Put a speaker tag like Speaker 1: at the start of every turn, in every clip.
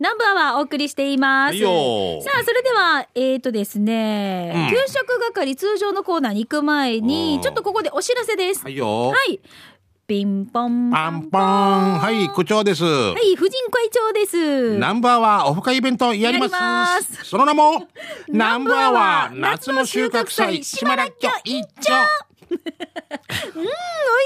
Speaker 1: ナンバーはお送りしていま
Speaker 2: い
Speaker 1: す。
Speaker 2: い
Speaker 1: さ
Speaker 2: よ
Speaker 1: あ、それでは、えっ、ー、とですね、
Speaker 2: う
Speaker 1: 給
Speaker 2: ん
Speaker 1: 食係通常のコーナーに行く前
Speaker 2: う
Speaker 1: に
Speaker 2: ん、
Speaker 1: ちょっとここでお知らせです。
Speaker 2: は
Speaker 1: はい
Speaker 2: よ
Speaker 1: い。ピンポン
Speaker 2: パンポンはい区長です、
Speaker 1: はい、婦人会長です。
Speaker 2: ナンバーはオフ会イベントやります
Speaker 1: やります
Speaker 2: その名も
Speaker 1: ナ
Speaker 2: ナン
Speaker 1: ン
Speaker 2: バ
Speaker 1: バ
Speaker 2: ー
Speaker 1: ー
Speaker 2: は
Speaker 1: は
Speaker 2: 夏の収穫祭島らっきょ一丁
Speaker 1: 美味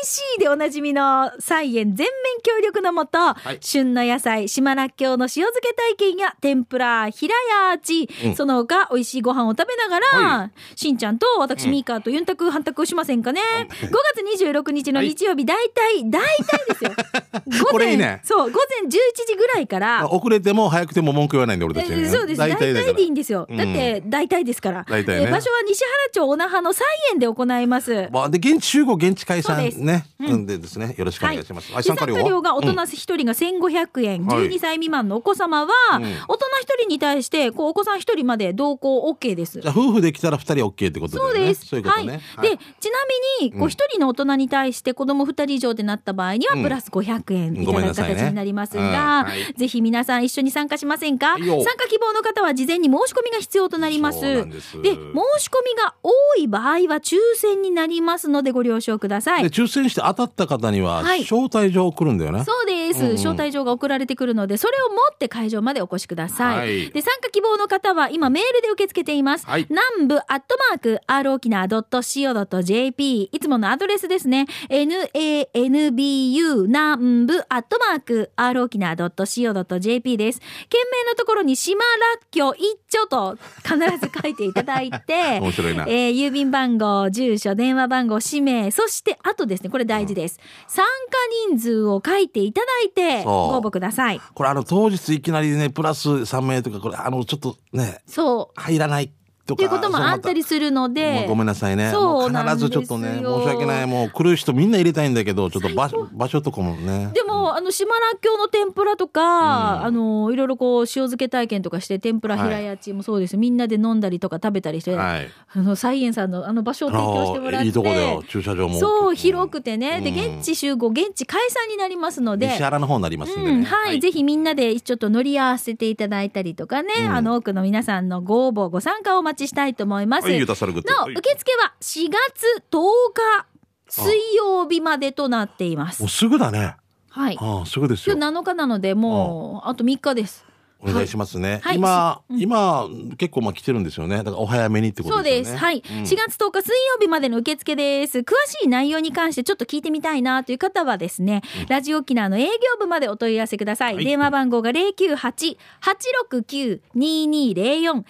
Speaker 1: しいでおなじみの菜園全面協力のもと、
Speaker 2: い
Speaker 1: 旬の野菜、島らっきょうの塩漬け体験や天ぷら、ひらやあち、
Speaker 2: うん
Speaker 1: その他美味しいご飯を食べながら、
Speaker 2: は
Speaker 1: しんちゃんと私、ミーカーとユンタク、ハンタクをしませんかね。5月26日の日曜日、大体、大体です よ。午前
Speaker 2: これいいね
Speaker 1: そう、午前11時ぐらいから、
Speaker 2: 遅れても早くても文句言わないんで俺たち
Speaker 1: え
Speaker 2: ね
Speaker 1: そうです大体
Speaker 2: だから
Speaker 1: でいいんですよ、
Speaker 2: うん
Speaker 1: だって大体ですから、
Speaker 2: 大体ね
Speaker 1: え場所は西原町小那覇の菜園で行います
Speaker 2: まあ、で現地集合現地解散
Speaker 1: そうです
Speaker 2: ね、うん、でですねよろしくお願いします、
Speaker 1: はい、
Speaker 2: 参
Speaker 1: 参
Speaker 2: 加
Speaker 1: 加
Speaker 2: 料
Speaker 1: 料
Speaker 2: は
Speaker 1: が大人
Speaker 2: うん
Speaker 1: 1人が1500円、
Speaker 2: はい
Speaker 1: 12歳未満のお子様は、大
Speaker 2: ん
Speaker 1: 人1人に対してこうお子さん1人まで同行 OK です
Speaker 2: じゃ。あ夫婦できたら二人 OK ってことだ
Speaker 1: そ
Speaker 2: よ
Speaker 1: う
Speaker 2: ね
Speaker 1: です。
Speaker 2: そういうことね、
Speaker 1: はい。で、ちなみに、こう、一人の大人に対して子供二人以上でなった場合には、
Speaker 2: うん
Speaker 1: プラス500円いただく形になります
Speaker 2: ごめんなさ
Speaker 1: が
Speaker 2: いねうんはい、
Speaker 1: ぜひ皆さん一緒に参加しませんか
Speaker 2: い
Speaker 1: 参
Speaker 2: いよ
Speaker 1: 加希望の方は事前に申し込みが必要となります。
Speaker 2: そうなん
Speaker 1: で、
Speaker 2: で
Speaker 1: 申し
Speaker 2: す
Speaker 1: 込みが多い場合は抽選になりますのでご了承ください
Speaker 2: で。抽選して当たった方には
Speaker 1: はい
Speaker 2: 招待状送るんだよね、
Speaker 1: そうです、招待状が送られてくるのでそれを持って会場までお越しください、
Speaker 2: はい
Speaker 1: で参加希望の方は今メールで受け付けています、
Speaker 2: はい
Speaker 1: 南部アットマーク r 沖縄 .co.jp いつものアドレスですね nanbu 南部アットマーク r 沖縄 .co.jp です件名のところに島らっきょ一丁と必ず書いていただい て
Speaker 2: 面白いな
Speaker 1: えー郵便番号、住所、電話番号、氏名、そして、あとですね、これ大事です。参加人数を書いていただいて、
Speaker 2: そう
Speaker 1: ご応募ください。
Speaker 2: これあの当日いきなりねプラス3名とかこれあのちょっとね
Speaker 1: そう。
Speaker 2: 入らないと
Speaker 1: と
Speaker 2: か
Speaker 1: いうこともあったり
Speaker 2: す
Speaker 1: するので、
Speaker 2: ごめんなさいねも
Speaker 1: そううなんで
Speaker 2: 必
Speaker 1: すよ
Speaker 2: ずちょっとね申し訳ないもう来る人みんな入れたいんだけどちょっと場所場所とかもね
Speaker 1: でも、あの、島らっきょうの天ぷらとか、あの、いろいろこう、塩漬け体験とかして、天ぷら
Speaker 2: はい
Speaker 1: 平屋ちもそうです。みんなで飲んだりとか食べたりして、
Speaker 2: はい
Speaker 1: あの、サイエンさんのあの場所を
Speaker 2: あ
Speaker 1: 提供してもらっ
Speaker 2: の
Speaker 1: て、
Speaker 2: いいとこだよ駐車場も
Speaker 1: そう、広
Speaker 2: く
Speaker 1: くてね。で、
Speaker 2: うん
Speaker 1: 現地集合、現地解散になりますので、
Speaker 2: 西原の方になりますんで
Speaker 1: うん、
Speaker 2: ね
Speaker 1: はい、ぜひみんなでちょっと乗り合わせていただいたりとかね、あの多くの皆さんのご応募ご参加をお待ちしたいと思います。
Speaker 2: はい
Speaker 1: の
Speaker 2: ゆ
Speaker 1: 受
Speaker 2: たさるぐってはい
Speaker 1: 付は4月10日水曜日までとなっていま
Speaker 2: も
Speaker 1: す
Speaker 2: う。すぐだね
Speaker 1: はい。今
Speaker 2: ああすぐです
Speaker 1: 日
Speaker 2: よ
Speaker 1: 7日なのでもうあと3日です。
Speaker 2: お願いしますね、
Speaker 1: はい
Speaker 2: 今、今結構まあ来てるんですよねだからお早めにってこ
Speaker 1: そ
Speaker 2: と
Speaker 1: う
Speaker 2: です
Speaker 1: で
Speaker 2: よね
Speaker 1: す。はい。
Speaker 2: ん
Speaker 1: 4月10日水曜日までの受付です。詳しい内容に関してちょっと聞いてみたいなという方はですね、ラジオ沖縄の営業部までお問い合わせください。
Speaker 2: はい
Speaker 1: 電話番号が098-869-2204、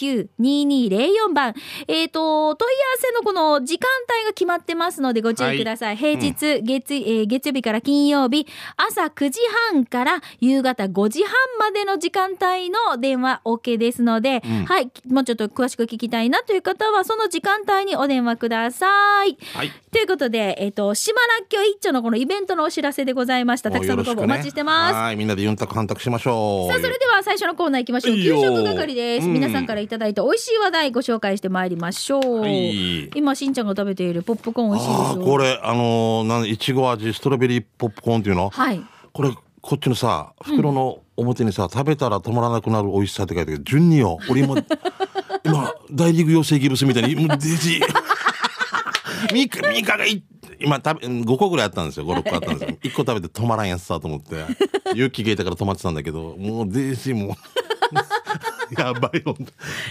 Speaker 1: 098-869-2204番。えっ、と、問い合わせのこの時間帯が決まってますのでご注意ください。平日、月、えー月曜日から金曜日、朝9時半から夕方5時半までの時間帯の電話 OK ですので、
Speaker 2: ん
Speaker 1: はい、もうちょっと詳しく聞きたいなという方は、その時間帯にお電話ください。
Speaker 2: はい
Speaker 1: ということで、えっ、と、島らっきょ一丁のこのイベントのお知らせでございました。たくさんのご応募お待ちしてます。
Speaker 2: はい、みんなでユンタク反択しましょう。
Speaker 1: さあ、それでは最初のコーナー行きましょう。
Speaker 2: いいよ
Speaker 1: 給食係です。
Speaker 2: うん
Speaker 1: 皆さんからいただいた美味しい話題ご紹介してまいりましょう。
Speaker 2: い
Speaker 1: 今、しんちゃんが食べているポップコーン美味しいで
Speaker 2: あ
Speaker 1: す
Speaker 2: あ
Speaker 1: よ。
Speaker 2: これあのーなんいちご味ストロベリーポップコーンっていうの、
Speaker 1: はい。
Speaker 2: これこっちのさ袋の表にさ、食べたら止まらなくなる美味しさって書いてあるけど順によ俺今 今大リーグ養成ギブスみたいにもうデジ ミカミカがい今食べ5個ぐらいあったんですよ56個あったんですよ1個食べて止まらんやつさと思って勇気ゲータから止まってたんだけどもうデジもう やばいよ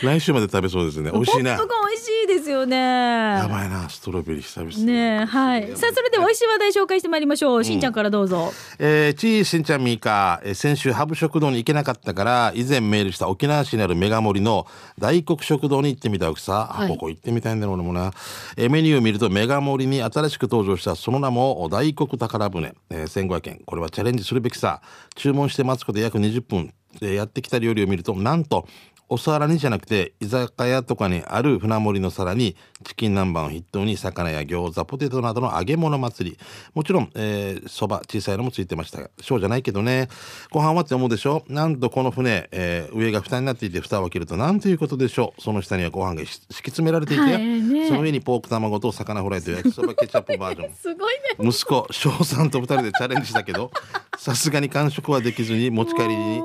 Speaker 2: 来週まで食べそうですね美味しいね
Speaker 1: ポップコーン美味しいですよね。
Speaker 2: やばいなストロベリー久々
Speaker 1: ねえ、はい。さあ、それでは美味しい話題紹介してまいりましょう。しんちゃんからどうぞ。
Speaker 2: えー、ちーしんちゃんみーか、えー先週ハブ食堂に行けなかったから、以前メールした沖縄市にあるメガ盛りの大黒食堂に行ってみたわけさ。あ
Speaker 1: はい
Speaker 2: ここ行ってみたいんだろう、俺もな。えーメニューを見るとメガ盛りに新しく登場したその名も大黒宝船、えー1500円。これはチャレンジするべきさ。注文して待つこと約20分。えーやってきた料理を見ると、なんと、お皿にじゃなくて居酒屋とかにある船盛りの皿にチキン南蛮を筆頭に魚や餃子ポテトなどの揚げ物祭りもちろんえーそば、小さいのもついてましたが小じゃないけどねご飯はって思うでしょなんとこの船、えー上が蓋になっていて蓋を開けるとなんということでしょうその下にはご飯がし敷き詰められていて、
Speaker 1: はいね
Speaker 2: その上にポーク卵と魚フライと焼きそばケチャップバージョン
Speaker 1: すごいね
Speaker 2: 息子翔さんと二人でチャレンジしたけどさすがに完食はできずに持ち帰りに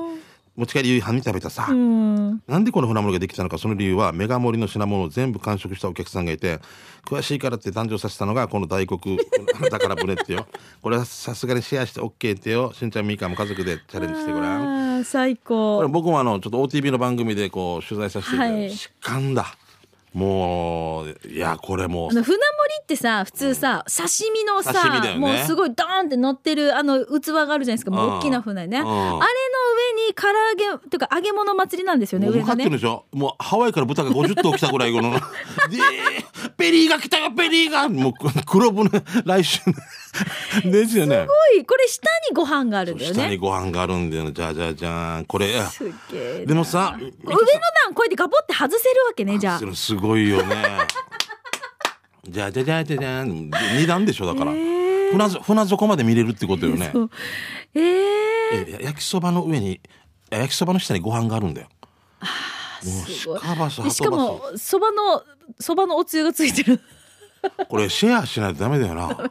Speaker 2: 持ち帰り夕飯に食べたさ、
Speaker 1: うん
Speaker 2: なんでこの船盛りができたのかその理由はメガ盛りの品物を全部完食したお客さんがいて詳しいからって誕生させたのがこの大黒 だからブレってよこれはさすがにシェアして OK ってよしんちゃんみーかんも家族でチャレンジしてごらん
Speaker 1: あー最
Speaker 2: これ
Speaker 1: 高
Speaker 2: 僕もあのちょっと OTB の番組でこう取材させていただ
Speaker 1: はい
Speaker 2: いて疾患だもういやこれも
Speaker 1: あ
Speaker 2: う
Speaker 1: の船盛りってさ普通さ刺身のさ
Speaker 2: 刺身だよね
Speaker 1: もうすごいドーンって乗ってるあの器があるじゃないですかもう
Speaker 2: うん
Speaker 1: 大きな船ねあ
Speaker 2: う
Speaker 1: れ
Speaker 2: ん
Speaker 1: の上に唐揚げとか揚げ物祭りなんですよね
Speaker 2: もう
Speaker 1: 上
Speaker 2: 向か
Speaker 1: が
Speaker 2: って
Speaker 1: ね
Speaker 2: るでしょ、もうハワイから豚が50頭来たぐらい このでペリーが来たよペリーがもう黒船来週 ですよね
Speaker 1: おいこれ下にご飯があるんだよ
Speaker 2: 下に
Speaker 1: ね
Speaker 2: ご飯があるんだよねじゃあじゃあじゃんこれ
Speaker 1: すげえ
Speaker 2: でもさ
Speaker 1: 上の段こうやってガボって外せるわけねじゃあ
Speaker 2: すごいよねじゃあじゃあじゃあじゃあじゃん二段でしょだから、船ぞ船底まで見れるってことよね
Speaker 1: そうええ
Speaker 2: えや焼きそばの上にあ焼きそばの下にご飯があるんだよもう
Speaker 1: すごい
Speaker 2: 鹿バス
Speaker 1: でしか
Speaker 2: 鳩
Speaker 1: もそばのそばのおつゆがついてる
Speaker 2: これシェアしないとダメだよな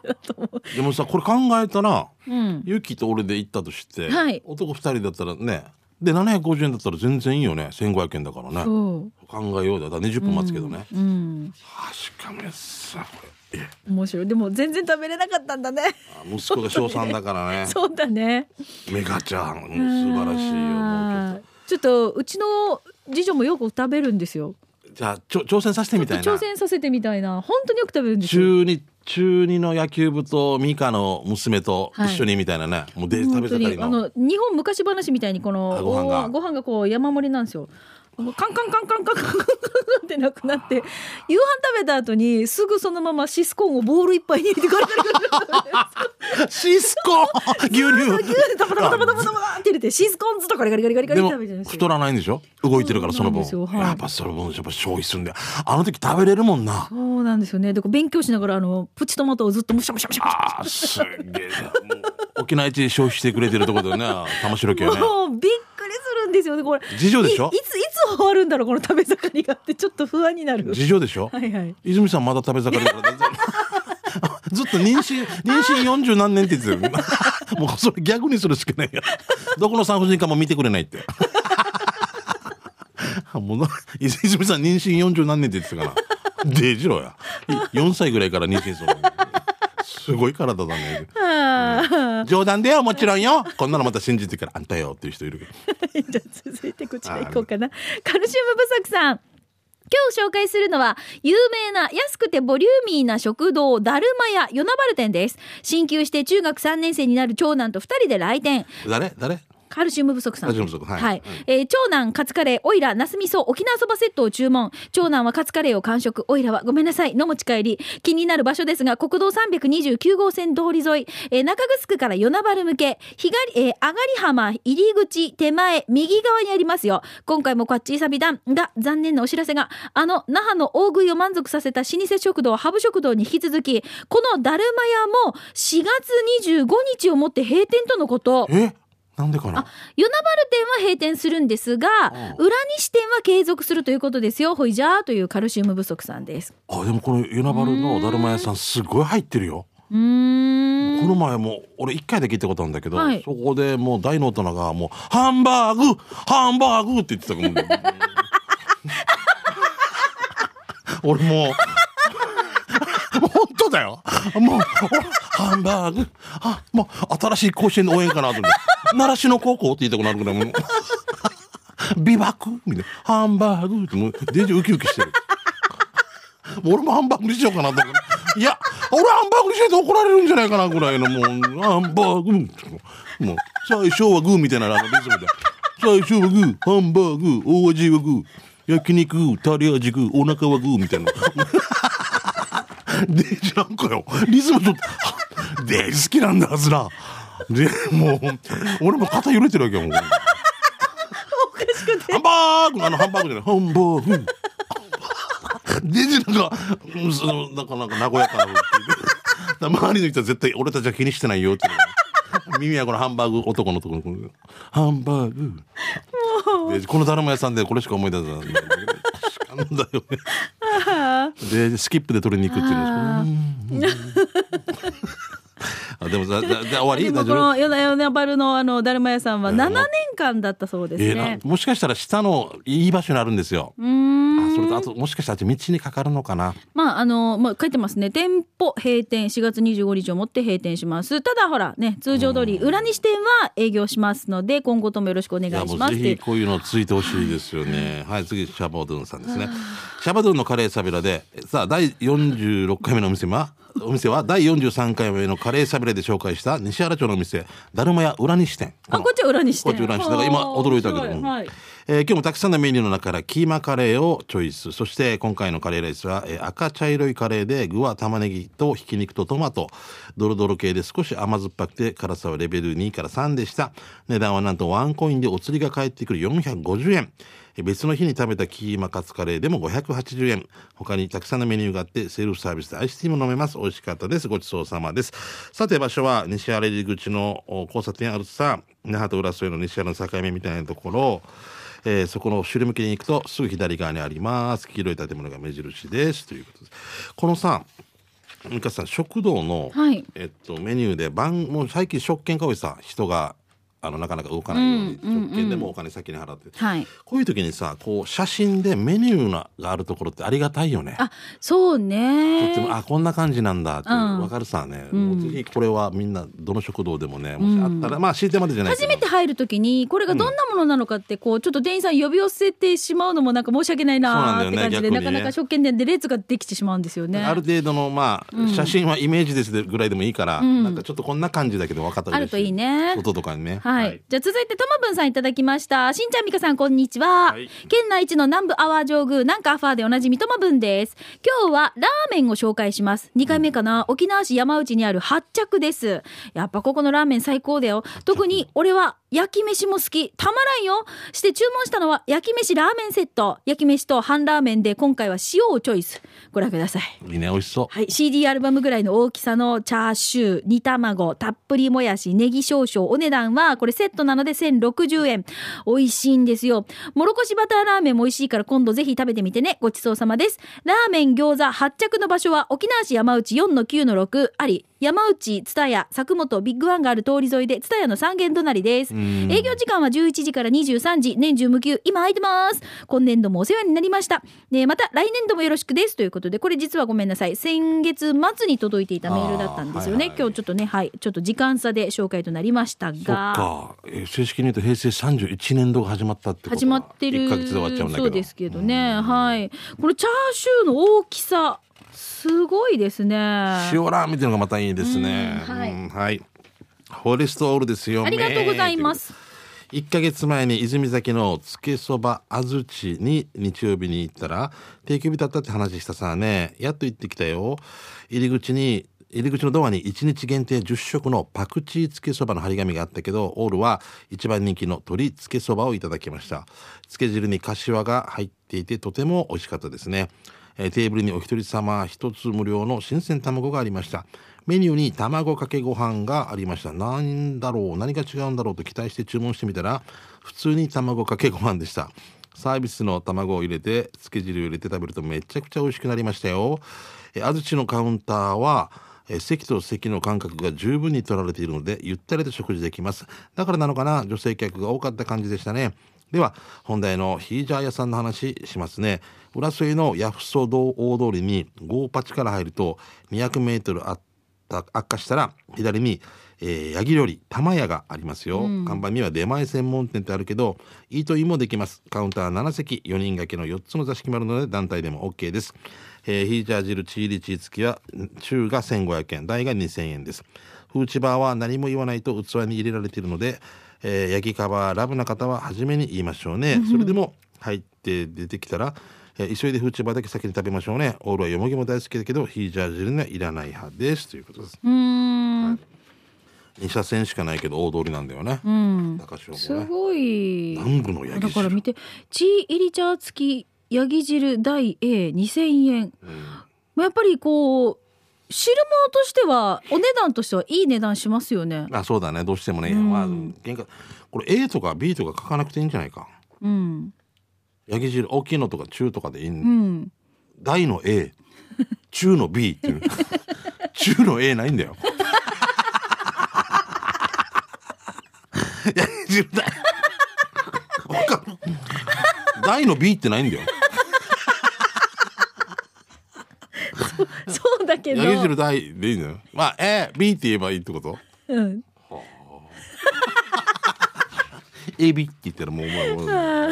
Speaker 2: でもさこれ考えたら
Speaker 1: うん
Speaker 2: ユキと俺で行ったとして、
Speaker 1: はい
Speaker 2: 男二人だったらねで750円だったら全然いいよね1500円だからね
Speaker 1: そ
Speaker 2: 考えようだだから20分待つけどね、
Speaker 1: ううん
Speaker 2: あしかもさこれえ
Speaker 1: 面白いでも全然食べれなかったんだね
Speaker 2: あ息子が小三だからね
Speaker 1: そうだね
Speaker 2: メガちゃんもう素晴らしいよもうちょっ
Speaker 1: ちょっとうちの次女もよく食べるんですよ
Speaker 2: とじゃあちょ挑戦させてみたいな
Speaker 1: 挑戦させてみたいな本当によく食べるんですよ
Speaker 2: 中二中二の野球部とミカの娘と一緒にみたいなね、もうで食
Speaker 1: 本
Speaker 2: べ
Speaker 1: 当
Speaker 2: 盛
Speaker 1: に
Speaker 2: り
Speaker 1: あ
Speaker 2: の
Speaker 1: の日本昔話みたいにこ
Speaker 2: あ
Speaker 1: の
Speaker 2: ご飯が
Speaker 1: おご飯がこう山盛りなんですよもうカンカンカンカンカンカンカンカンってなくなって夕飯食べた後にすぐそのままシスコーンをボールいっぱいに入れてガリガリガリガリ
Speaker 2: シス コ牛
Speaker 1: ギュ
Speaker 2: 乳
Speaker 1: ーってダバダバダバダバダバって入れてシスコーンズとかガリガリガリガリガ
Speaker 2: で
Speaker 1: リっ
Speaker 2: も
Speaker 1: て食べてるんです
Speaker 2: 太
Speaker 1: よ
Speaker 2: らないんでしょ動いてるからその分、
Speaker 1: そうなんですよはい
Speaker 2: やっぱその分やっぱ消費するんだよあの時食べれるもんな
Speaker 1: そうなんですよねでこう勉強しながらあのプチトマトをずっとむしゃむしゃむしゃむしゃ
Speaker 2: あーすげえなもう沖縄一で消費してくれてるってことだよね玉城家はね
Speaker 1: もうびっくりするんですよねこれ
Speaker 2: 次女でしょ
Speaker 1: いいついつ終わるんだろうこの食べ盛りがってちょっと不安になる
Speaker 2: 事情でしょ、
Speaker 1: はいはい
Speaker 2: 泉さんまだ食べ盛りだから全然ずっと妊娠妊娠40何年って言ってたよ もうそれギャグにするしかないよどこの産婦人科も見てくれないって もうな泉さん妊娠40何年って言ってたからでじろや4歳ぐらいから妊娠するすごい体だね
Speaker 1: はあ、
Speaker 2: 冗談だよもちろんよこんなのまた信じてからあんたよっていう人いるけど
Speaker 1: じゃあ続いてこちら行こうかなカルシウム不足さん今日紹介するのは有名な安くてボリューミーな食堂だるま屋与那原店です進級して中学3年生になる長男と2人で来店
Speaker 2: 誰誰
Speaker 1: カルシウム不足さん。
Speaker 2: カルシウム不足はい
Speaker 1: えー長男、カツカレー、オイラ、ナス味噌、沖縄そばセットを注文。長男はカツカレーを完食。オイラはごめんなさい。飲む近帰り。気になる場所ですが、国道329号線通り沿い、えー中城から与那原向け、日がり、えー、上がり浜入り口手前、右側にありますよ。今回もこっちいさび団が、残念なお知らせが、あの、那覇の大食いを満足させた老舗食堂、ハブ食堂に引き続き、このだるま屋も4月25日をもって閉店とのこと。
Speaker 2: えなんでかな
Speaker 1: 与那原店は閉店するんですが、
Speaker 2: うん
Speaker 1: 裏西店は継続するということですよほいじゃあというカルシウム不足さんです
Speaker 2: あでもこの与那原のだるま屋さんすごい入ってるよ
Speaker 1: うーん
Speaker 2: この前も俺一回だけ行ったことあるんだけど、
Speaker 1: はい
Speaker 2: そこでもう大の大人がもう「ハンバーグハンバーグ!」って言ってたから もう俺もう本当だよもうハンバーグあもう新しい甲子園の応援かなと思って習志野高校って言いたくなるぐらいもう 美爆みたいなハンバーグってもうデジウキウキしてる俺もハンバーグにしようかなと思って。いや、俺ハンバーグにしないと怒られるんじゃないかなぐらいの、もう、ハンバーグ。もう、最初はグーみたいな、あの、リズムで。最初はグー、ハンバーグ、大味はグー、焼肉、タレ味グー、お腹はグーみたいな。 デイジなんかよ。リズムちょっ と、デイジ好きなんだはずな。で、もう、俺も肩揺れてるわけよ、もう。
Speaker 1: おかしくて
Speaker 2: ハンババーグあのハンバーグじゃないハンバーグデジなんかうんそのなんかなんか和やかなっていう周りの人は絶対俺たちは気にしてないよっていう耳はこのハンバーグ男のところハンバーグデジこのだるま屋さんでこれしか思い出せないなんだよねでスキップで取りに行くっていうんですけどあでもだだだ終わり
Speaker 1: でも
Speaker 2: 大
Speaker 1: こ
Speaker 2: 丈夫
Speaker 1: のヨナヨナバルのあのだるま屋さんは
Speaker 2: えー
Speaker 1: 7年間だったそうです
Speaker 2: えー
Speaker 1: ね
Speaker 2: な。もしかしたら下のいい場所にあるんですよ。
Speaker 1: うーん
Speaker 2: あそれとあともしかしたら道にかかるのかな。
Speaker 1: まああのまあ書いてますね店舗閉店4月25日をもって閉店しますただほらね通常通り裏西店は営業しますので今後ともよろしくお願い
Speaker 2: いやも
Speaker 1: し
Speaker 2: う
Speaker 1: ます
Speaker 2: ぜ
Speaker 1: っていう
Speaker 2: ひこういうのついてほしいです よね。はい次シャバドゥンさんですね。シャバドゥンのカレーサビラでさあ第46回目のお店はお店は第43回目のカレーサビラで紹介した西原町のお店だるま屋裏西店。
Speaker 1: あこっちは裏にして
Speaker 2: こっち裏にしてだから今驚いたけど
Speaker 1: はい
Speaker 2: うん
Speaker 1: はい
Speaker 2: えー今日もたくさんのメニューの中からキーマカレーをチョイスそして今回のカレーライスは、えー赤茶色いカレーで具は玉ねぎとひき肉とトマトドロドロ系で少し甘酸っぱくて辛さはレベル2から3でした値段はなんとワンコインでお釣りが返ってくる450円えー別の日に食べたキーマカツカレーでも580円他にたくさんのメニューがあってセルフサービスでアイスティーも飲めます美味しかったですごちそうさまですさて場所は西原入り口のお交差点あるさ那覇と浦添の西原の境目みたいなところえーそこの後ろ向きに行くとすぐ左側にあります黄色い建物が目印ですということですこのさ美香さん食堂の、
Speaker 1: はい
Speaker 2: えっと、メニューで晩もう最近食券が多いさ人があのなかなか動かないように、
Speaker 1: うんうんうん
Speaker 2: 食券でもお金先に払って、
Speaker 1: はい
Speaker 2: こういう時にさこう写真でメニューがあるところってありがたいよね。
Speaker 1: あそう
Speaker 2: とっ
Speaker 1: ね
Speaker 2: てもあこんな感じなんだっていう
Speaker 1: うん
Speaker 2: わかるさね、
Speaker 1: うん
Speaker 2: もうぜひこれはみんなどの食堂でもねもしあったら、まあ敷いてまでじゃないけ
Speaker 1: 初
Speaker 2: ど
Speaker 1: めて入るときにこれがどんなものなのかってこうちょっと店員さん呼び寄せてしまうのもなんか申し訳ないなーって感じで
Speaker 2: そうな
Speaker 1: なんか
Speaker 2: だよね逆にね
Speaker 1: なか食券店で列ができてしまうんですよね。
Speaker 2: ある程度のまあ、写真はイメージですぐらいでもいいから、
Speaker 1: ん
Speaker 2: なんかちょっとこんな感じだけど分かったら
Speaker 1: あるといいね。
Speaker 2: 音とかにね
Speaker 1: はい、じゃあ続いてともぶんさんいただきましたしんちゃんみかさんこんにちは、
Speaker 2: はい
Speaker 1: 県内一の南部アワー上宮なんかアファーでおなじみともぶんです今日はラーメンを紹介します2回目かな、沖縄市山内にある八着ですやっぱここのラーメン最高だよ特に俺は焼き飯も好きたまらんよして注文したのは焼き飯ラーメンセット焼き飯と半ラーメンで今回は塩をチョイスご覧ください
Speaker 2: いいね美味しそう
Speaker 1: はい、CD アルバムぐらいの大きさのチャーシュー、煮卵、たっぷりもやし、ネギ少々。お値段は、これセットなので1060円。美味しいんですよ。もろこしバターラーメンも美味しいから今度ぜひ食べてみてね。ごちそうさまです。ラーメン餃子発着の場所は沖縄市山内4-9-6あり、山内、蔦屋、佐久本、ビッグワンがある通り沿いで、蔦屋の三軒隣です。
Speaker 2: うん
Speaker 1: 営業時間は11時から23時、年中無休、今空いてます。今年度もお世話になりました。ね、また来年度もよろしくです。ということで、これ実はごめんなさい。先月末に届いていたメールだったんですよね。
Speaker 2: あーはいはい
Speaker 1: 今日ちょっとね、はい、ちょっと時間差で紹介となりました
Speaker 2: そっ
Speaker 1: が。
Speaker 2: か、えー正式に言うと平成31年度が始まったってこと
Speaker 1: 始まってる
Speaker 2: 1ヶ月で終わっちゃうんだけ
Speaker 1: そ
Speaker 2: ど
Speaker 1: うですけどね、はいこれチャーシューの大きさすごいですねあ
Speaker 2: 塩ラーメンっていうのがまたいいですね
Speaker 1: うんはい
Speaker 2: うんはいフォレストオールですよ
Speaker 1: りがとうございます
Speaker 2: 1ヶ月前に泉崎のつけそば安土に日曜日に行ったら定休日だったって話したさねやっと行ってきたよ入り口に入り口のドアに1日限定10食のパクチーつけそばの張り紙があったけどオールは一番人気の鶏つけそばをいただきましたつけ汁に柏が入っていてとても美味しかったですねえーテーブルにお一人様一つ無料の新鮮卵がありましたメニューに卵かけご飯がありました何だろう何が違うんだろうと期待して注文してみたら普通に卵かけご飯でしたサービスの卵を入れて漬け汁を入れて食べるとめちゃくちゃ美味しくなりましたよえー安土のカウンターはえー席と席の間隔が十分に取られているのでゆったりと食事できますだからなのかな女性客が多かった感じでしたねでは本題のヒージャー屋さんの話しますね浦添のヤフソ道大通りに58から入ると200メートルあった悪化したら左に、えー、ヤギ料理玉屋がありますよ、看板には出前専門店ってあるけどイートインもできますカウンター7席4人掛けの4つの座敷もあるので団体でも OK です、えーヒージャー汁チーリチー付きは中が1500円大が2000円ですフーチバーは何も言わないと器に入れられているので、えー、焼きカバーラブな方は初めに言いましょうねそれでも入って出てきたら、えー急いでフーチバーだけ先に食べましょうねオールはよもぎも大好きだけどヒージャー汁にはいらない派ですということです
Speaker 1: うーん
Speaker 2: 二車線しかないけど大通りなんだよね。
Speaker 1: うん。
Speaker 2: 高潮
Speaker 1: す
Speaker 2: もね。
Speaker 1: ごい。
Speaker 2: 南部のヤギ
Speaker 1: だから
Speaker 2: 汁。
Speaker 1: 見て、チー入り茶付きヤギ汁大 A2000 円。
Speaker 2: うん
Speaker 1: まあやっぱりこう、汁物としては、お値段としてはいい値段しますよね。
Speaker 2: あそうだねどうしてもね、
Speaker 1: うん
Speaker 2: まあ原価これ A とか B とか書かなくていいんじゃないか
Speaker 1: うん。
Speaker 2: ヤギ汁大きいのとか中とかでいい、
Speaker 1: うん。
Speaker 2: 大の A 中の B っていう 中の A ないんだよヤギ汁大わかる大の B ってないんだよ
Speaker 1: そうだけど。
Speaker 2: ヤギ汁大でいいんだよまあ A、B って言えばいいってこと
Speaker 1: うん。
Speaker 2: ?AB って言ったらもうお 前もう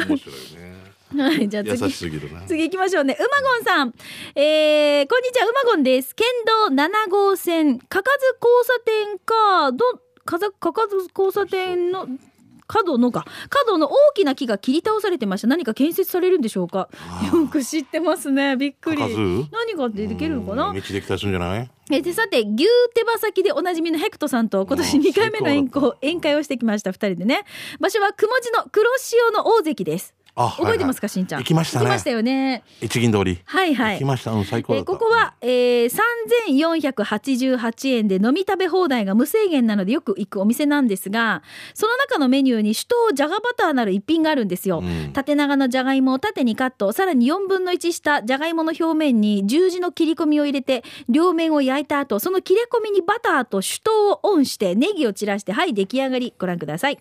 Speaker 2: 面白いね
Speaker 1: はい、じゃあ
Speaker 2: 優
Speaker 1: 次
Speaker 2: し。すぎるな
Speaker 1: 次行きましょうね。うまごんさん。えー、こんにちは、うまごんです。県道7号線、かかず交差点か、ど、かざ、かかず交差点の、角のか。角の大きな木が切り倒されてました。何か建設されるんでしょうかよく知ってますね。びっくり。
Speaker 2: かかず
Speaker 1: 何ができるのかな
Speaker 2: うん道できたりするんじゃない
Speaker 1: えーでさて牛手羽先でおなじみのヘクトさんと今年
Speaker 2: うん
Speaker 1: 2回目の宴
Speaker 2: 最高だ
Speaker 1: 会宴会をしてきました2人でね場所は雲地の黒潮の大関です
Speaker 2: あ
Speaker 1: 覚えてますか、
Speaker 2: はい
Speaker 1: し
Speaker 2: はい
Speaker 1: んちゃん
Speaker 2: 行きましたね
Speaker 1: 行きましたよね
Speaker 2: 一銀通り、
Speaker 1: はいはい
Speaker 2: 行きましたうん最高
Speaker 1: え
Speaker 2: だ
Speaker 1: ー
Speaker 2: った、
Speaker 1: ここは、えー、3488円で飲み食べ放題が無制限なのでよく行くお店なんですがその中のメニューに首都じゃがバターなる一品があるんですよ、
Speaker 2: うん
Speaker 1: 縦長のじゃがいもを縦にカットさらに4分の1したじゃがいもの表面に十字の切り込みを入れて両面を焼いた後その切れ込みにバターと首都をオンしてネギを散らしてはい出来上がりご覧ください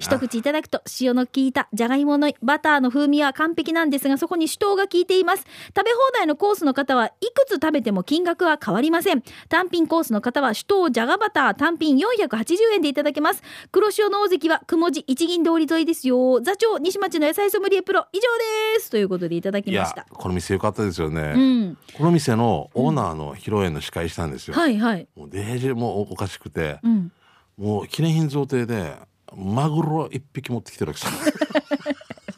Speaker 1: 一口いただくと塩の効いたじゃがいものバターの風味は完璧なんですがそこに酒糖が効いています食べ放題のコースの方はいくつ食べても金額は変わりません単品コースの方は酒糖じゃがバター単品480円でいただけます黒潮の大関はくもじ一銀通り沿いですよ座長西町の野菜ソムリエプロ以上ですということでいただき
Speaker 2: い
Speaker 1: ま
Speaker 2: や
Speaker 1: した
Speaker 2: この店良かったですよね、
Speaker 1: うん
Speaker 2: この店のオーナーの披露宴の司会したんですよ、
Speaker 1: はいはい
Speaker 2: もうデージもおかしくて、
Speaker 1: うん
Speaker 2: もう記念品贈呈でマグロ一匹持ってきてるわけさ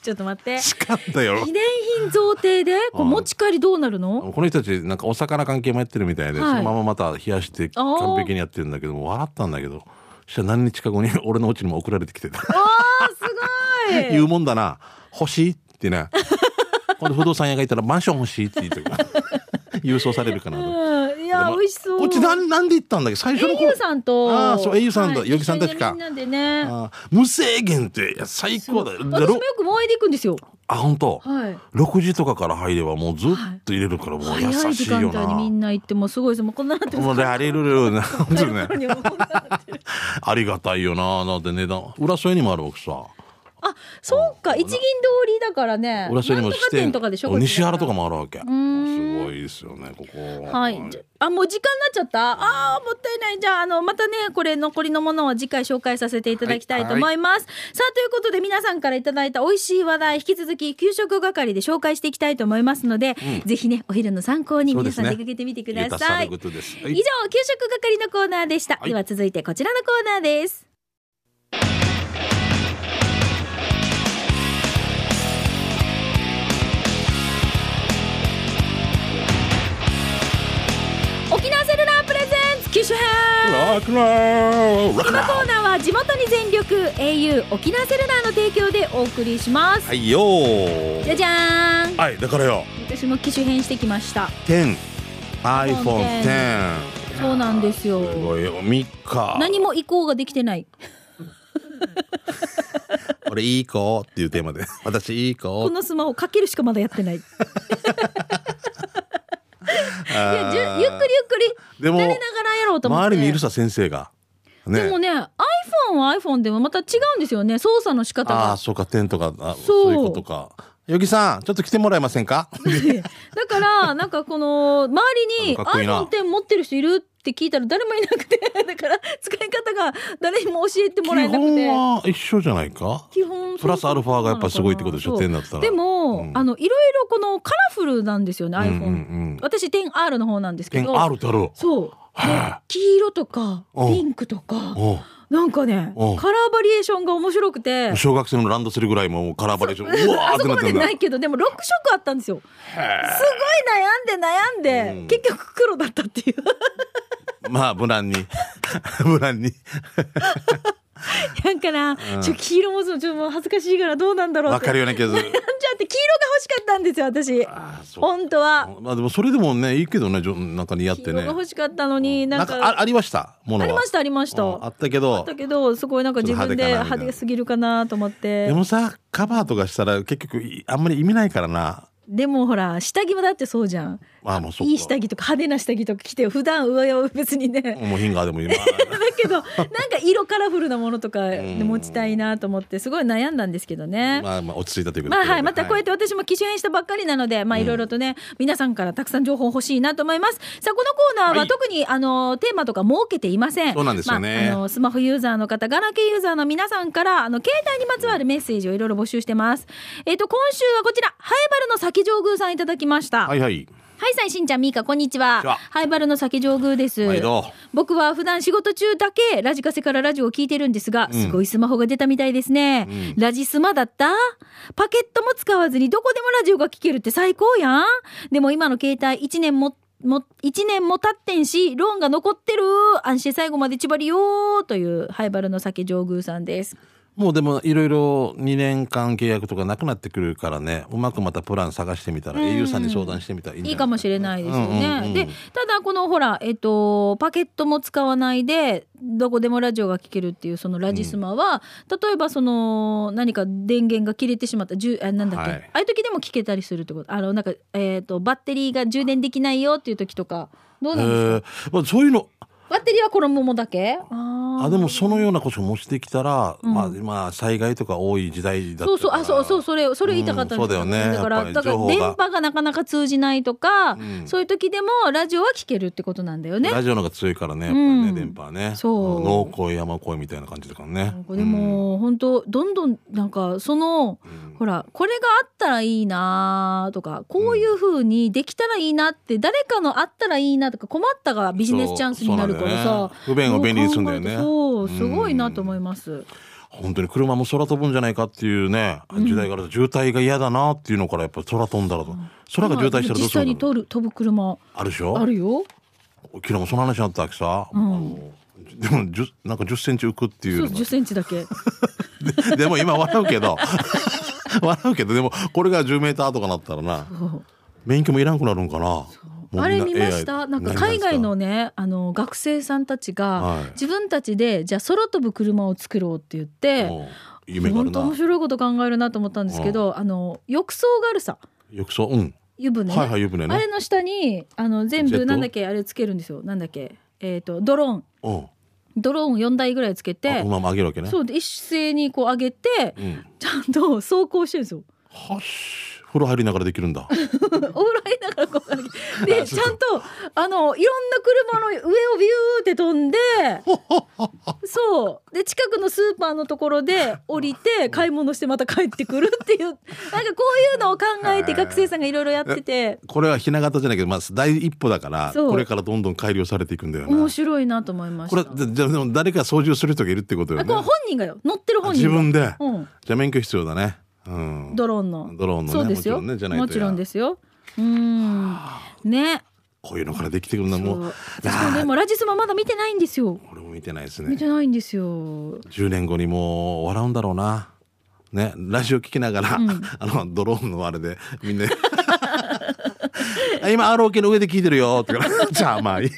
Speaker 1: ちょっと待って
Speaker 2: しかったよ
Speaker 1: 記念品贈呈でこう
Speaker 2: うん
Speaker 1: 持ち帰りどうなるの
Speaker 2: この人たちなんかお魚関係もやってるみたいで、
Speaker 1: はい
Speaker 2: そのまままた冷やして
Speaker 1: あー
Speaker 2: 完璧にやってるんだけどもう笑ったんだけどそしたら何日か後に俺のうちにも送られてきてた
Speaker 1: あーすごい
Speaker 2: 言うもんだな欲しいってね これ不動産屋がいたらマンション欲しいって言って 郵送されるかなと
Speaker 1: うんい
Speaker 2: で
Speaker 1: や
Speaker 2: も
Speaker 1: 美味しそう。
Speaker 2: こっちなんなんで行ったんだっけ最初の
Speaker 1: 英
Speaker 2: 頃
Speaker 1: 雄さんと。
Speaker 2: ああそう英雄さんと
Speaker 1: はい
Speaker 2: ヨギさんたちか
Speaker 1: 一緒にみん なでね。
Speaker 2: あー無制限っていや最高だよ
Speaker 1: 私も
Speaker 2: だろ
Speaker 1: よく燃えで行くんですよ。
Speaker 2: あ本当、
Speaker 1: はい。
Speaker 2: 6時とかから入ればもうずっと入れるからもう優
Speaker 1: 早い
Speaker 2: し
Speaker 1: 時
Speaker 2: い
Speaker 1: 間
Speaker 2: よ
Speaker 1: 帯
Speaker 2: な、
Speaker 1: にみんな行ってもうすごいです。もうこんななってます。
Speaker 2: もうねありるるな 本当にね
Speaker 1: 帰る頃 にはもうこんななってる
Speaker 2: ありがたいよななんて値段裏添えにもあるわけさ
Speaker 1: あ、そうか一銀通りだからね。
Speaker 2: 裏添えに
Speaker 1: なん
Speaker 2: も
Speaker 1: とか
Speaker 2: して
Speaker 1: 店とかでしょ。こっち
Speaker 2: 西原とか。もあるわけす
Speaker 1: ん
Speaker 2: ごいですよねここ
Speaker 1: はい。あ、もう時間になっちゃった。ああ、もったいない。じゃあ、あの、またね、これ残りのものは次回紹介させていただきたいと思います。さあ、ということで皆さんからいただいた美味しい話題、引き続き給食係で紹介していきたいと思いますので、ぜひね、お昼の参考に皆さん
Speaker 2: そうで
Speaker 1: 出か
Speaker 2: すね
Speaker 1: けてみてくだ
Speaker 2: 豊
Speaker 1: さ
Speaker 2: さ
Speaker 1: い。
Speaker 2: のことですは
Speaker 1: 以上、
Speaker 2: い
Speaker 1: 給食係のコーナーでした。
Speaker 2: はい
Speaker 1: では続いてこちらのコーナーです。沖縄セルラープレゼンツ九州編
Speaker 2: ラクラー
Speaker 1: こ
Speaker 2: ラク
Speaker 1: の
Speaker 2: ラ
Speaker 1: コ
Speaker 2: ー
Speaker 1: ーナーは地元に全力 au 沖縄セルラーの提供でお送りします、
Speaker 2: はいよ
Speaker 1: じゃ
Speaker 2: ー
Speaker 1: じゃーん
Speaker 2: はいだからよ
Speaker 1: 私も機種変してきました
Speaker 2: 10
Speaker 1: iPhone
Speaker 2: iPhone10
Speaker 1: そうなんですよ
Speaker 2: すごいよ3日
Speaker 1: 何も移行ができてない
Speaker 2: 俺いい子っていうテーマ で私いい子
Speaker 1: このスマホかけるしかまだやって ないいやじゅゆっくりゆっくり
Speaker 2: でも
Speaker 1: 慣れながらやろうと思って
Speaker 2: 周りにいるさ先生がね
Speaker 1: でもね iPhone は iPhone でもまた違うんですよね操作の仕方
Speaker 2: ああ
Speaker 1: が
Speaker 2: そうか10とかあ
Speaker 1: う
Speaker 2: そういうことかよぎさんちょっと来てもらえませんか
Speaker 1: だからなんかこの周りに
Speaker 2: かっこい
Speaker 1: iPhone
Speaker 2: いな
Speaker 1: 10持ってる人いるって聞いたら誰もいなくて だから使い方が誰にも教えてもらえなく
Speaker 2: 基
Speaker 1: て
Speaker 2: 本は一緒じゃないか
Speaker 1: 基本
Speaker 2: プラスアルファがやっぱすごいってことでしょ
Speaker 1: そう
Speaker 2: 10だったら
Speaker 1: でも、
Speaker 2: うん
Speaker 1: あのいろいろこのカラフルなんですよね
Speaker 2: うん
Speaker 1: iPhone、
Speaker 2: うん
Speaker 1: 私 10R の方なんですけ
Speaker 2: うん
Speaker 1: ど
Speaker 2: 10R ってある
Speaker 1: そう
Speaker 2: は
Speaker 1: 黄色とか
Speaker 2: うん
Speaker 1: ピンクとか
Speaker 2: おう
Speaker 1: なんかね
Speaker 2: うん
Speaker 1: カラーバリエーションが面白くて
Speaker 2: 小学生のランドセルぐらいもうカラーバ リエーションうわー
Speaker 1: あ
Speaker 2: って
Speaker 1: そ
Speaker 2: な
Speaker 1: こま
Speaker 2: って
Speaker 1: で
Speaker 2: るんだ
Speaker 1: ないけどでも6色あったんですよすごい悩んで悩んで、
Speaker 2: うん
Speaker 1: 結局黒だったっていう
Speaker 2: まあ無難に 無難に
Speaker 1: なんかな、ちょ黄色もそうちょっともう恥ずかしいからどうなんだろうっ
Speaker 2: わ
Speaker 1: て
Speaker 2: かるような気がす
Speaker 1: な
Speaker 2: る
Speaker 1: んちゃって黄色が欲しかったんですよ私
Speaker 2: あーそう
Speaker 1: 本当は
Speaker 2: まあでもそれでもねいいけどねじょなんか似合っ
Speaker 1: 黄
Speaker 2: て
Speaker 1: 色が
Speaker 2: ね
Speaker 1: 欲しかったのにな
Speaker 2: なんん
Speaker 1: か
Speaker 2: かあありましたものは
Speaker 1: ありましたありました
Speaker 2: うんあったけど
Speaker 1: だけどすごいなんか自分で
Speaker 2: ちょっと
Speaker 1: 派手
Speaker 2: 派手かなみたいな
Speaker 1: すぎるかなと思って
Speaker 2: でもさカバーとかしたら結局いあんまり意味ないからな
Speaker 1: でもほら下着もだってそうじゃん
Speaker 2: ああもうそっか
Speaker 1: いい下着とか派手な下着とか着て普段上は別にね、
Speaker 2: もうヒンガーでも今
Speaker 1: だけどなんか色カラフルなものとか持ちたいなと思ってすごい悩んだんですけど ね。
Speaker 2: まあまあ落ち着いたということ
Speaker 1: まあ
Speaker 2: で
Speaker 1: はい、またこうやって私も機種変したばっかりなので、まあいろいろとね、皆さんからたくさん情報欲しいなと思います。さあ、このコーナーは
Speaker 2: はい
Speaker 1: 特に、あの、テーマとか設けていません。
Speaker 2: そうなんですよね
Speaker 1: まああの、スマホユーザーの方、ガラケーユーザーの皆さんから、あの、携帯にまつわるメッセージをいろいろ募集してます。えっ、と、今週はこちら、ハエバルの先上宮さんいただきました。
Speaker 2: はいはい
Speaker 1: はい、さいしんちゃん、みーか、こんにちは。
Speaker 2: こんにちは
Speaker 1: ハイバルの酒上宮です。
Speaker 2: 毎度
Speaker 1: 僕は普段仕事中だけラジカセからラジオを聞いてるんですが、すごいスマホが出たみたいですね。ラジスマだったパケットも使わずにどこでもラジオが聞けるって最高やん。でも今の携帯1年も、も、1年も経ってんし、ローンが残ってる。安心最後までちばりよーという、ハイバルの酒上宮さんです。
Speaker 2: もうでもいろいろ2年間契約とかなくなってくるからねうまくまたプラン探してみたら au さんに相談してみたらいいんじ
Speaker 1: い
Speaker 2: ゃない
Speaker 1: かもしれ
Speaker 2: い
Speaker 1: ないですよ
Speaker 2: うんうんう
Speaker 1: ね。
Speaker 2: ん
Speaker 1: で、ただこのほら、えっと、パケットも使わないで、どこでもラジオが聴けるっていうそのラジスマは、例えばその、何か電源が切れてしまった、じゅあなんだっけ、
Speaker 2: はい
Speaker 1: ああいう時でも聴けたりするってこと、あの、なんか、えっと、バッテリーが充電できないよっていう時とか、どう
Speaker 2: え
Speaker 1: なんですか
Speaker 2: ーまあ、そういうの
Speaker 1: バッテリーは衣もだけあ
Speaker 2: あ
Speaker 1: ー
Speaker 2: でもそのようなことをもしてきたら、まあまあ災害とか多い時代だったか
Speaker 1: そ
Speaker 2: ら
Speaker 1: うそう、あ、そうそう、それ、それ言いたかったんです
Speaker 2: うんそうだよね
Speaker 1: だか
Speaker 2: や
Speaker 1: ら、
Speaker 2: っぱり
Speaker 1: だから
Speaker 2: 情報が
Speaker 1: 電波がなかなか通じないとか、
Speaker 2: ん
Speaker 1: そういう時でもラジオは聴けるってことなんだよね。
Speaker 2: ラジオの方が強いからねやっぱりね、
Speaker 1: うん
Speaker 2: 電波はね
Speaker 1: そう
Speaker 2: 農恋山恋みたいな感じだからね
Speaker 1: なんかでも、本当どんどんなんかその、ほらこれがあったらいいなとかこういう風にできたらいいなって、誰かのあったらいいなとか困ったがビジネスチャンスになるから
Speaker 2: そうそうなん
Speaker 1: さ
Speaker 2: だよ、ね不便を便利にするんだよね
Speaker 1: そうすごいなと思います。
Speaker 2: 本当に車も空飛ぶんじゃないかっていうね時代から渋滞が嫌だなっていうのからやっぱり空飛んだらと、空が渋滞したら
Speaker 1: 実
Speaker 2: どうする
Speaker 1: 際
Speaker 2: ん
Speaker 1: に
Speaker 2: だろう
Speaker 1: 飛ぶ飛ぶ車
Speaker 2: あるでしょ
Speaker 1: あるよ。
Speaker 2: 昨日もその話あったわけさ、あのでも10なんか1 0ンチ浮くってい
Speaker 1: そう
Speaker 2: うのが
Speaker 1: 10センチだけ。
Speaker 2: ででも今笑うけど 笑うけどでもこれが1 0ーターとかなったらな
Speaker 1: そう
Speaker 2: 免許もいらんくなるんかなもうみんな
Speaker 1: あれ見まし
Speaker 2: AI
Speaker 1: たなんか海外のねあの学生さんたちが
Speaker 2: はい
Speaker 1: 自分たちでじゃあ空飛ぶ車を作ろうって言って、
Speaker 2: もう夢がある
Speaker 1: 本当
Speaker 2: な
Speaker 1: 面白いこと考えるなと思ったんですけど、あの浴槽があるさ
Speaker 2: 浴槽うん
Speaker 1: 湯船ね、
Speaker 2: はいはい湯船ね
Speaker 1: あれの下にあの全
Speaker 2: ジェッ
Speaker 1: 部
Speaker 2: ト
Speaker 1: なんだっけあれつけるんですよなんだっけえっ、とドローン
Speaker 2: うん
Speaker 1: ドローン4台ぐらいつけ
Speaker 2: あ
Speaker 1: て
Speaker 2: このまま上げるわけね
Speaker 1: そうで一斉にこう上げて、
Speaker 2: ん
Speaker 1: ちゃんと走行してるんですよ
Speaker 2: はっし風呂入りながらできるんだ
Speaker 1: お風呂入りながらこう上げ てでちゃんとあのいろんな車の上をビューって飛 んでそうで近くのスーパーのところ で降りて買い物してまた帰ってくるっていうなんかこういうのを考えて学生さんがいろいろやってて。
Speaker 2: これは雛形じゃないけどまあ第一歩だから
Speaker 1: そう
Speaker 2: これからどんどん改良されていくんだよ
Speaker 1: 面
Speaker 2: な
Speaker 1: 白いなと思いまし
Speaker 2: こ
Speaker 1: た。
Speaker 2: れじゃじゃあでも誰か操縦する人がいるってことよ
Speaker 1: あこれ
Speaker 2: ね
Speaker 1: 本人がよ乗ってる本人
Speaker 2: 自
Speaker 1: が
Speaker 2: 分で
Speaker 1: うん
Speaker 2: じゃあ免許必要だねうん
Speaker 1: ドローンの
Speaker 2: ドローンのね
Speaker 1: そうですよ
Speaker 2: もちろんねじゃないと
Speaker 1: もちろんですすようーんね
Speaker 2: こういうのからできてくるんだも
Speaker 1: そう
Speaker 2: う
Speaker 1: 私もでもラジスマまだ見てないんですよ
Speaker 2: 俺も見てないです
Speaker 1: 見
Speaker 2: ね
Speaker 1: てないんですよ
Speaker 2: 10年後にもう笑うんだろうなねラジオ聞きながら、 あのドローンのあれでみんな あ今 ROK の上で聞いてるよ ってからじゃあまあいい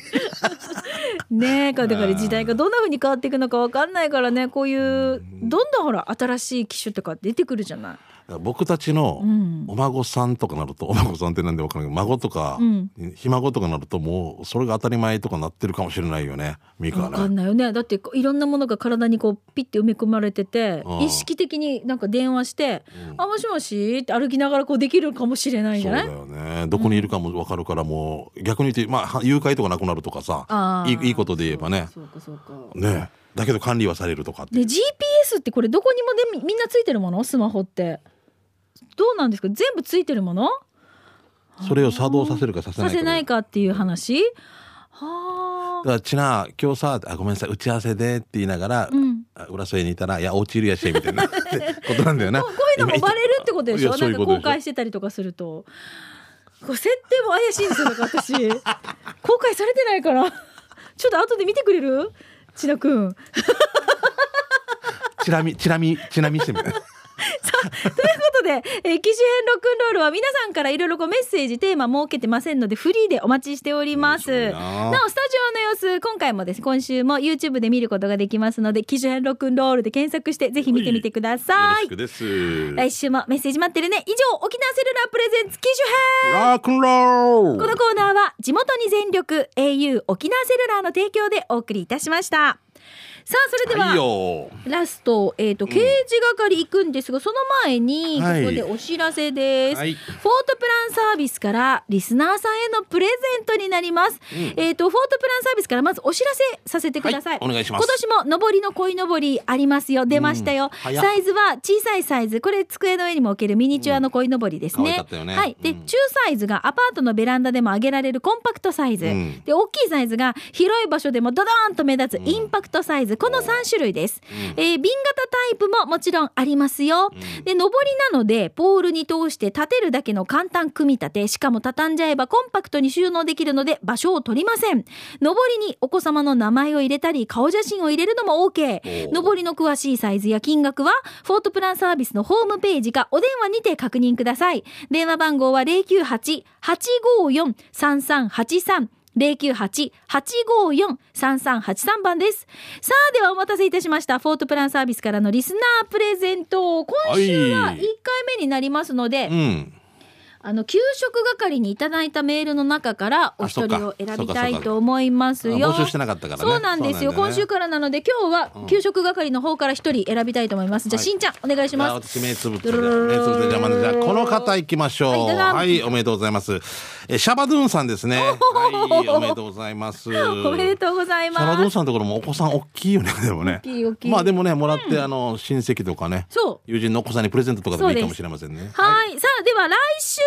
Speaker 1: ねえかだから時代がどんな風に変わっていくのかわかんないからねこういうどんどんほら新しい機種とか出てくるじゃない
Speaker 2: 僕たちのお孫さんとかなると、お孫さんってなんでわからないけど孫とか、ひ孫とかなるともうそれが当たり前とかなってるかもしれないよねミカ
Speaker 1: わ
Speaker 2: は
Speaker 1: か
Speaker 2: ね
Speaker 1: んないよねだってこういろんなものが体にこうピッて埋め込まれてて
Speaker 2: うん
Speaker 1: 意識的になんか電話して「あもしもし」って歩きながらこうできるかもしれないんじ
Speaker 2: そ
Speaker 1: ゃ
Speaker 2: う
Speaker 1: な
Speaker 2: だ
Speaker 1: い
Speaker 2: よねどこにいるかもわかるからもう逆に言って、まあ、誘拐とかなくなるとか
Speaker 1: あ
Speaker 2: さい
Speaker 1: ー
Speaker 2: いいいことで言えばね
Speaker 1: そうかそうか
Speaker 2: ねだけど管理はされるとかって
Speaker 1: で GPS ってこれどこにもでみみんなついてるものスマホってどうなんですか全部ついてるもの
Speaker 2: それを作動させるかさ
Speaker 1: さ
Speaker 2: せないか
Speaker 1: せ
Speaker 2: で
Speaker 1: ないかっていう話は
Speaker 2: だからちな今日さあごめんなさい打ち合わせでって言いながら、
Speaker 1: ん
Speaker 2: あ浦添にいたらいやお家いるやしみた いなってことなんだよ
Speaker 1: あ
Speaker 2: な
Speaker 1: こうこういうのもバレるってことでしょ
Speaker 2: いやそ
Speaker 1: な
Speaker 2: う
Speaker 1: いん
Speaker 2: う
Speaker 1: か
Speaker 2: ことで
Speaker 1: 後
Speaker 2: しょ
Speaker 1: 悔してたりとかすると こう設定も怪しいんですよだから私後悔されてないからちょっと後で見てくれる千田くん。
Speaker 2: チラ見、チラ見、チラ見してみる。
Speaker 1: ということで、えー機種編ロックンロールは皆さんからいろいろメッセージ、テーマ設けてませんので、フリーでお待ちしております。
Speaker 2: 面白い
Speaker 1: な
Speaker 2: な
Speaker 1: お、スタジオの様子、今回もです、今週も YouTube で見ることができますので、機種編ロックンロールで検索して、ぜひ見てみてください。
Speaker 2: です
Speaker 1: 来週もメッセージ待ってるね。以上、沖縄セルラープレゼンツ機種編
Speaker 2: ラックンロー
Speaker 1: この
Speaker 2: ル。
Speaker 1: コーナーは地元に全力 au 沖縄セルラーの提供でお送りいたしました。さあ、それで
Speaker 2: はい
Speaker 1: は、
Speaker 2: よ。
Speaker 1: ラスト、えっ、と、刑事係行くんですが、その前に、こ
Speaker 2: はい
Speaker 1: こでお知らせです。
Speaker 2: はい
Speaker 1: フォートプランサービスから、リスナーさんへのプレゼントになります。えっ、と、フォートプランサービスから、まずお知らせさせてください。
Speaker 2: はいお願いします
Speaker 1: 今年も、上りの鯉のぼりありますよ。出ましたよ。
Speaker 2: 早っ
Speaker 1: サイズは、小さいサイズ。これ、机の上にも置けるミニチュアの鯉のぼりです
Speaker 2: うん可愛
Speaker 1: ね
Speaker 2: か。ったよね
Speaker 1: はい。で、
Speaker 2: うん
Speaker 1: 中サイズがアパートのベランダでも上げられるコンパクトサイズ、
Speaker 2: うん
Speaker 1: で大きいサイズが広い場所でもドドーンと目立つインパクトサイズ、この3種類です、えー瓶型タイプももちろんありますよ、で上りなのでポールに通して立てるだけの簡単組み立てしかも畳んじゃえばコンパクトに収納できるので場所を取りません上りにお子様の名前を入れたり顔写真を入れるのも OK
Speaker 2: お
Speaker 1: 上りの詳しいサイズや金額はフォートプランサービスのホームページかお電話にて確認ください電話番号は098-854-3383 098-854-3383番です。さあ、ではお待たせいたしました。フォートプランサービスからのリスナープレゼント。今週は1
Speaker 2: はい
Speaker 1: 回目になりますので、
Speaker 2: うん。
Speaker 1: あの、給食係にいただいたメールの中からお一人を選びたいと思いますよ。
Speaker 2: あ募集してなかったからね
Speaker 1: そうなんですよ。
Speaker 2: そうな
Speaker 1: 今
Speaker 2: んだよね
Speaker 1: 週からなので、今日は給食係の方から一人選びたいと思います。じゃあ、
Speaker 2: はい
Speaker 1: しんちゃん、お願いし
Speaker 2: じゃあ
Speaker 1: ます。
Speaker 2: 私目つぶって目つぶって邪魔でじゃあこの方行きましょう
Speaker 1: はいどうぞ
Speaker 2: はいおめでとうございますえシャバドゥンさん ですねはいおめでとうございます
Speaker 1: おめでとうござい
Speaker 2: シャバドゥ
Speaker 1: ま
Speaker 2: ン
Speaker 1: す。
Speaker 2: さんのところもお子さん大きいよね でもね
Speaker 1: 大きい大きい
Speaker 2: まあでもねもらってあの親戚とかね
Speaker 1: そう。
Speaker 2: 友人のお子さんにプレゼントとかでもいいか
Speaker 1: そうです
Speaker 2: もしれませんね
Speaker 1: はい、さあでは来週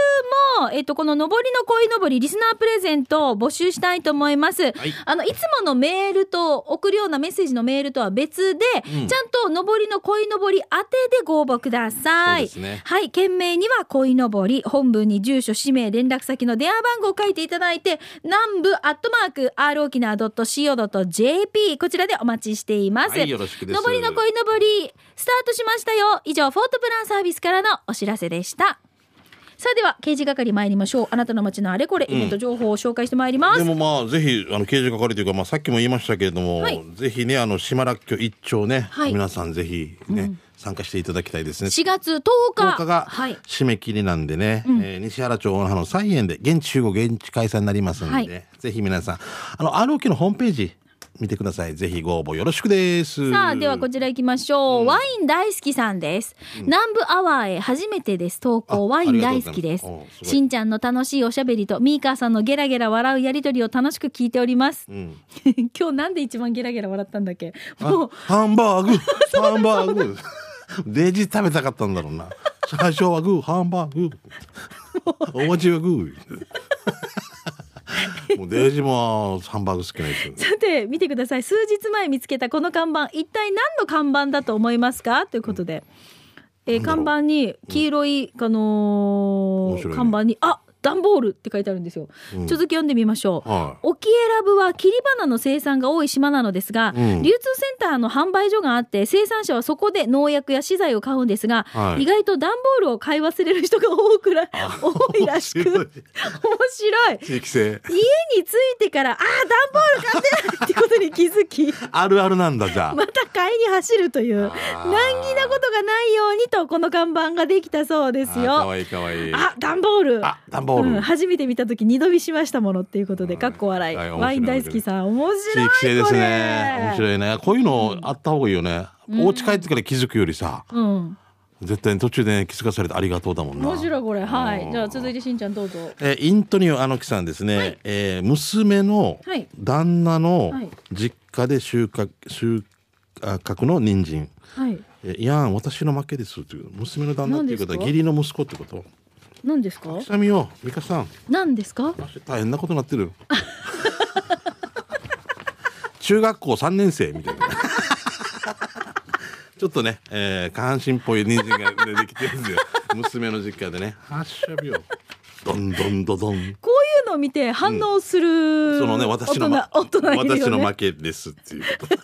Speaker 1: も、えっと、この「上りのこいのぼり」リスナープレゼントを募集したいと思います、い、
Speaker 2: はい
Speaker 1: あのいつものメールと送るようなメッセージのメールとは別で、
Speaker 2: ん
Speaker 1: ちゃんと「上りのこいのぼり」宛てでご応募ください
Speaker 2: そうですね
Speaker 1: はい件名には「こいのぼり」本文に住所氏名連絡先の電話番号を書いていただいて南部アットマーク r 沖縄 .co.jp こちらでお待ちしています、
Speaker 2: はいよろしくです
Speaker 1: 上りのこいのぼりスタートしましたよ以上フォートプランサービスからのお知らせでしたさあでは刑事係参りましょうあなたの街のあれこれイベント情報を紹介してまいります、
Speaker 2: でもまあぜひあの刑事係というかまあさっきも言いましたけれども、
Speaker 1: はい
Speaker 2: ぜひねあの島らっきょ一丁ね、
Speaker 1: はい
Speaker 2: 皆さんぜひね、参加していただきたいですね。
Speaker 1: 4月10日
Speaker 2: 10日が
Speaker 1: はい
Speaker 2: 締め切りなんでね、えー西原町大野の菜園で現地集合現地開催になりますんで、
Speaker 1: はい
Speaker 2: ぜひ皆さんあの ROK のホームページ見てくださいぜひご応募よろしくです
Speaker 1: さあではこ
Speaker 2: ち
Speaker 1: ちら行きましょう、ワイン大好きさんです、南部アワーへ初めてです投稿
Speaker 2: あ
Speaker 1: ワイン大好きです
Speaker 2: ありがとうございますおうすごい
Speaker 1: しんちゃんの楽しいおしゃべりとミーカーさんのゲラゲラ笑うやりとりを楽しく聞いております、 今日なんで一番ゲラゲラ笑ったんだっけもう
Speaker 2: ハンバー グハンバーグデジ食べたかったんだろうな最初はグーハンバーグお餅はグ ーもうデジもハンバーグ好きなんですよ
Speaker 1: さて見てください数日前見つけたこの看板一体何の看板だと思いますかということで、えー看板に黄色い、あのー
Speaker 2: 面白いね
Speaker 1: 看板に「あ段ボール」って書いてあるんですよ、続き読んでみましょう、
Speaker 2: はい
Speaker 1: 沖エラブは切り花の生産が多い島なのですが、
Speaker 2: うん
Speaker 1: 流通センターの販売所があって生産者はそこで農薬や資材を買うんですが、
Speaker 2: はい
Speaker 1: 意外と段ボールを買い忘れる人が多くら多いらしく面
Speaker 2: 面白
Speaker 1: 白
Speaker 2: い
Speaker 1: い
Speaker 2: 地域性
Speaker 1: 家に着いてから、ああ、段ボール買ってないってことに気づ き、
Speaker 2: あるあるなんだじゃあ
Speaker 1: また買いに走るという、難
Speaker 2: あー
Speaker 1: 儀なことがないようにと、この看板ができたそうです
Speaker 2: あーか
Speaker 1: よ。
Speaker 2: わいいかわいい
Speaker 1: あ、段ボール。
Speaker 2: あ段ボール
Speaker 1: うん初めて見た時二度見しましたものっていうことで、かっこ笑い。
Speaker 2: はい面白い
Speaker 1: ワイン大好きさん、面
Speaker 2: 地
Speaker 1: 白い。
Speaker 2: 域性です
Speaker 1: これ
Speaker 2: ね面白いねこういうのあった方がいいよね、お家帰ってから気づくよりさ
Speaker 1: うん、
Speaker 2: 絶対に途中で気づかされてありがとうだもんな
Speaker 1: 面白いこれ、は
Speaker 2: う
Speaker 1: い、
Speaker 2: ん
Speaker 1: じゃあ、続いてしんちゃんどうぞ。
Speaker 2: えーイントニオ・アノキさんですね、えー娘の
Speaker 1: はい
Speaker 2: 旦那の
Speaker 1: はい
Speaker 2: 実家で収穫収穫の人参
Speaker 1: はい、
Speaker 2: えーいやん私の負けですという娘の旦那っていうこ
Speaker 1: 何です
Speaker 2: とは
Speaker 1: か
Speaker 2: 義理の息子ってこと
Speaker 1: 何ですか。
Speaker 2: 久美よ美香さん
Speaker 1: 何ですか。
Speaker 2: 大変なことになってる 中学校3年生みたいな ちょっとね、えー、下半身っぽい人参が出てきてるんですよ娘の実家でね発射病どんどんどどん
Speaker 1: こういうのを見て反応する、
Speaker 2: そのね、私の、ま、
Speaker 1: 大人大人いるよね
Speaker 2: 私の負けですっていうこと。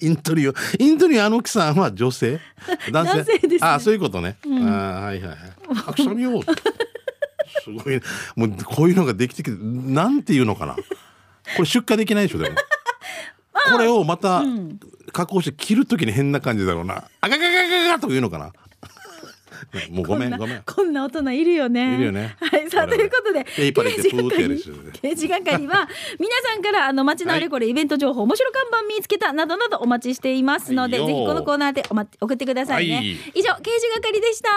Speaker 2: イントリオ、イントリオあの奥さんは女 性男性
Speaker 1: 男性ですね
Speaker 2: あそういうことね。あーはいはいはい。あ、くしゃみを。 すごいね。もうこういうのができてきて、なんていうのかな。これ出荷できないでしょ、でも。これ をまた加工して切るときに変な感じだろうな。あがががががとか言う のかな。もうごめん
Speaker 1: こ
Speaker 2: ごめ。
Speaker 1: なんこんな大人いるよね。
Speaker 2: いるよね
Speaker 1: はい、さあ、
Speaker 2: 我々
Speaker 1: ということで、
Speaker 2: ペイパルで
Speaker 1: 刑事
Speaker 2: プーってやる
Speaker 1: 係
Speaker 2: 人ね
Speaker 1: 刑事係 は、皆さんから、あの、街のあれこれ、イベント情報、面白看板見つけた、などなどお待ちしていますので、
Speaker 2: はいよ
Speaker 1: ぜひこのコーナーでおま送ってくださいね。
Speaker 2: はい
Speaker 1: 以上、刑事係でした。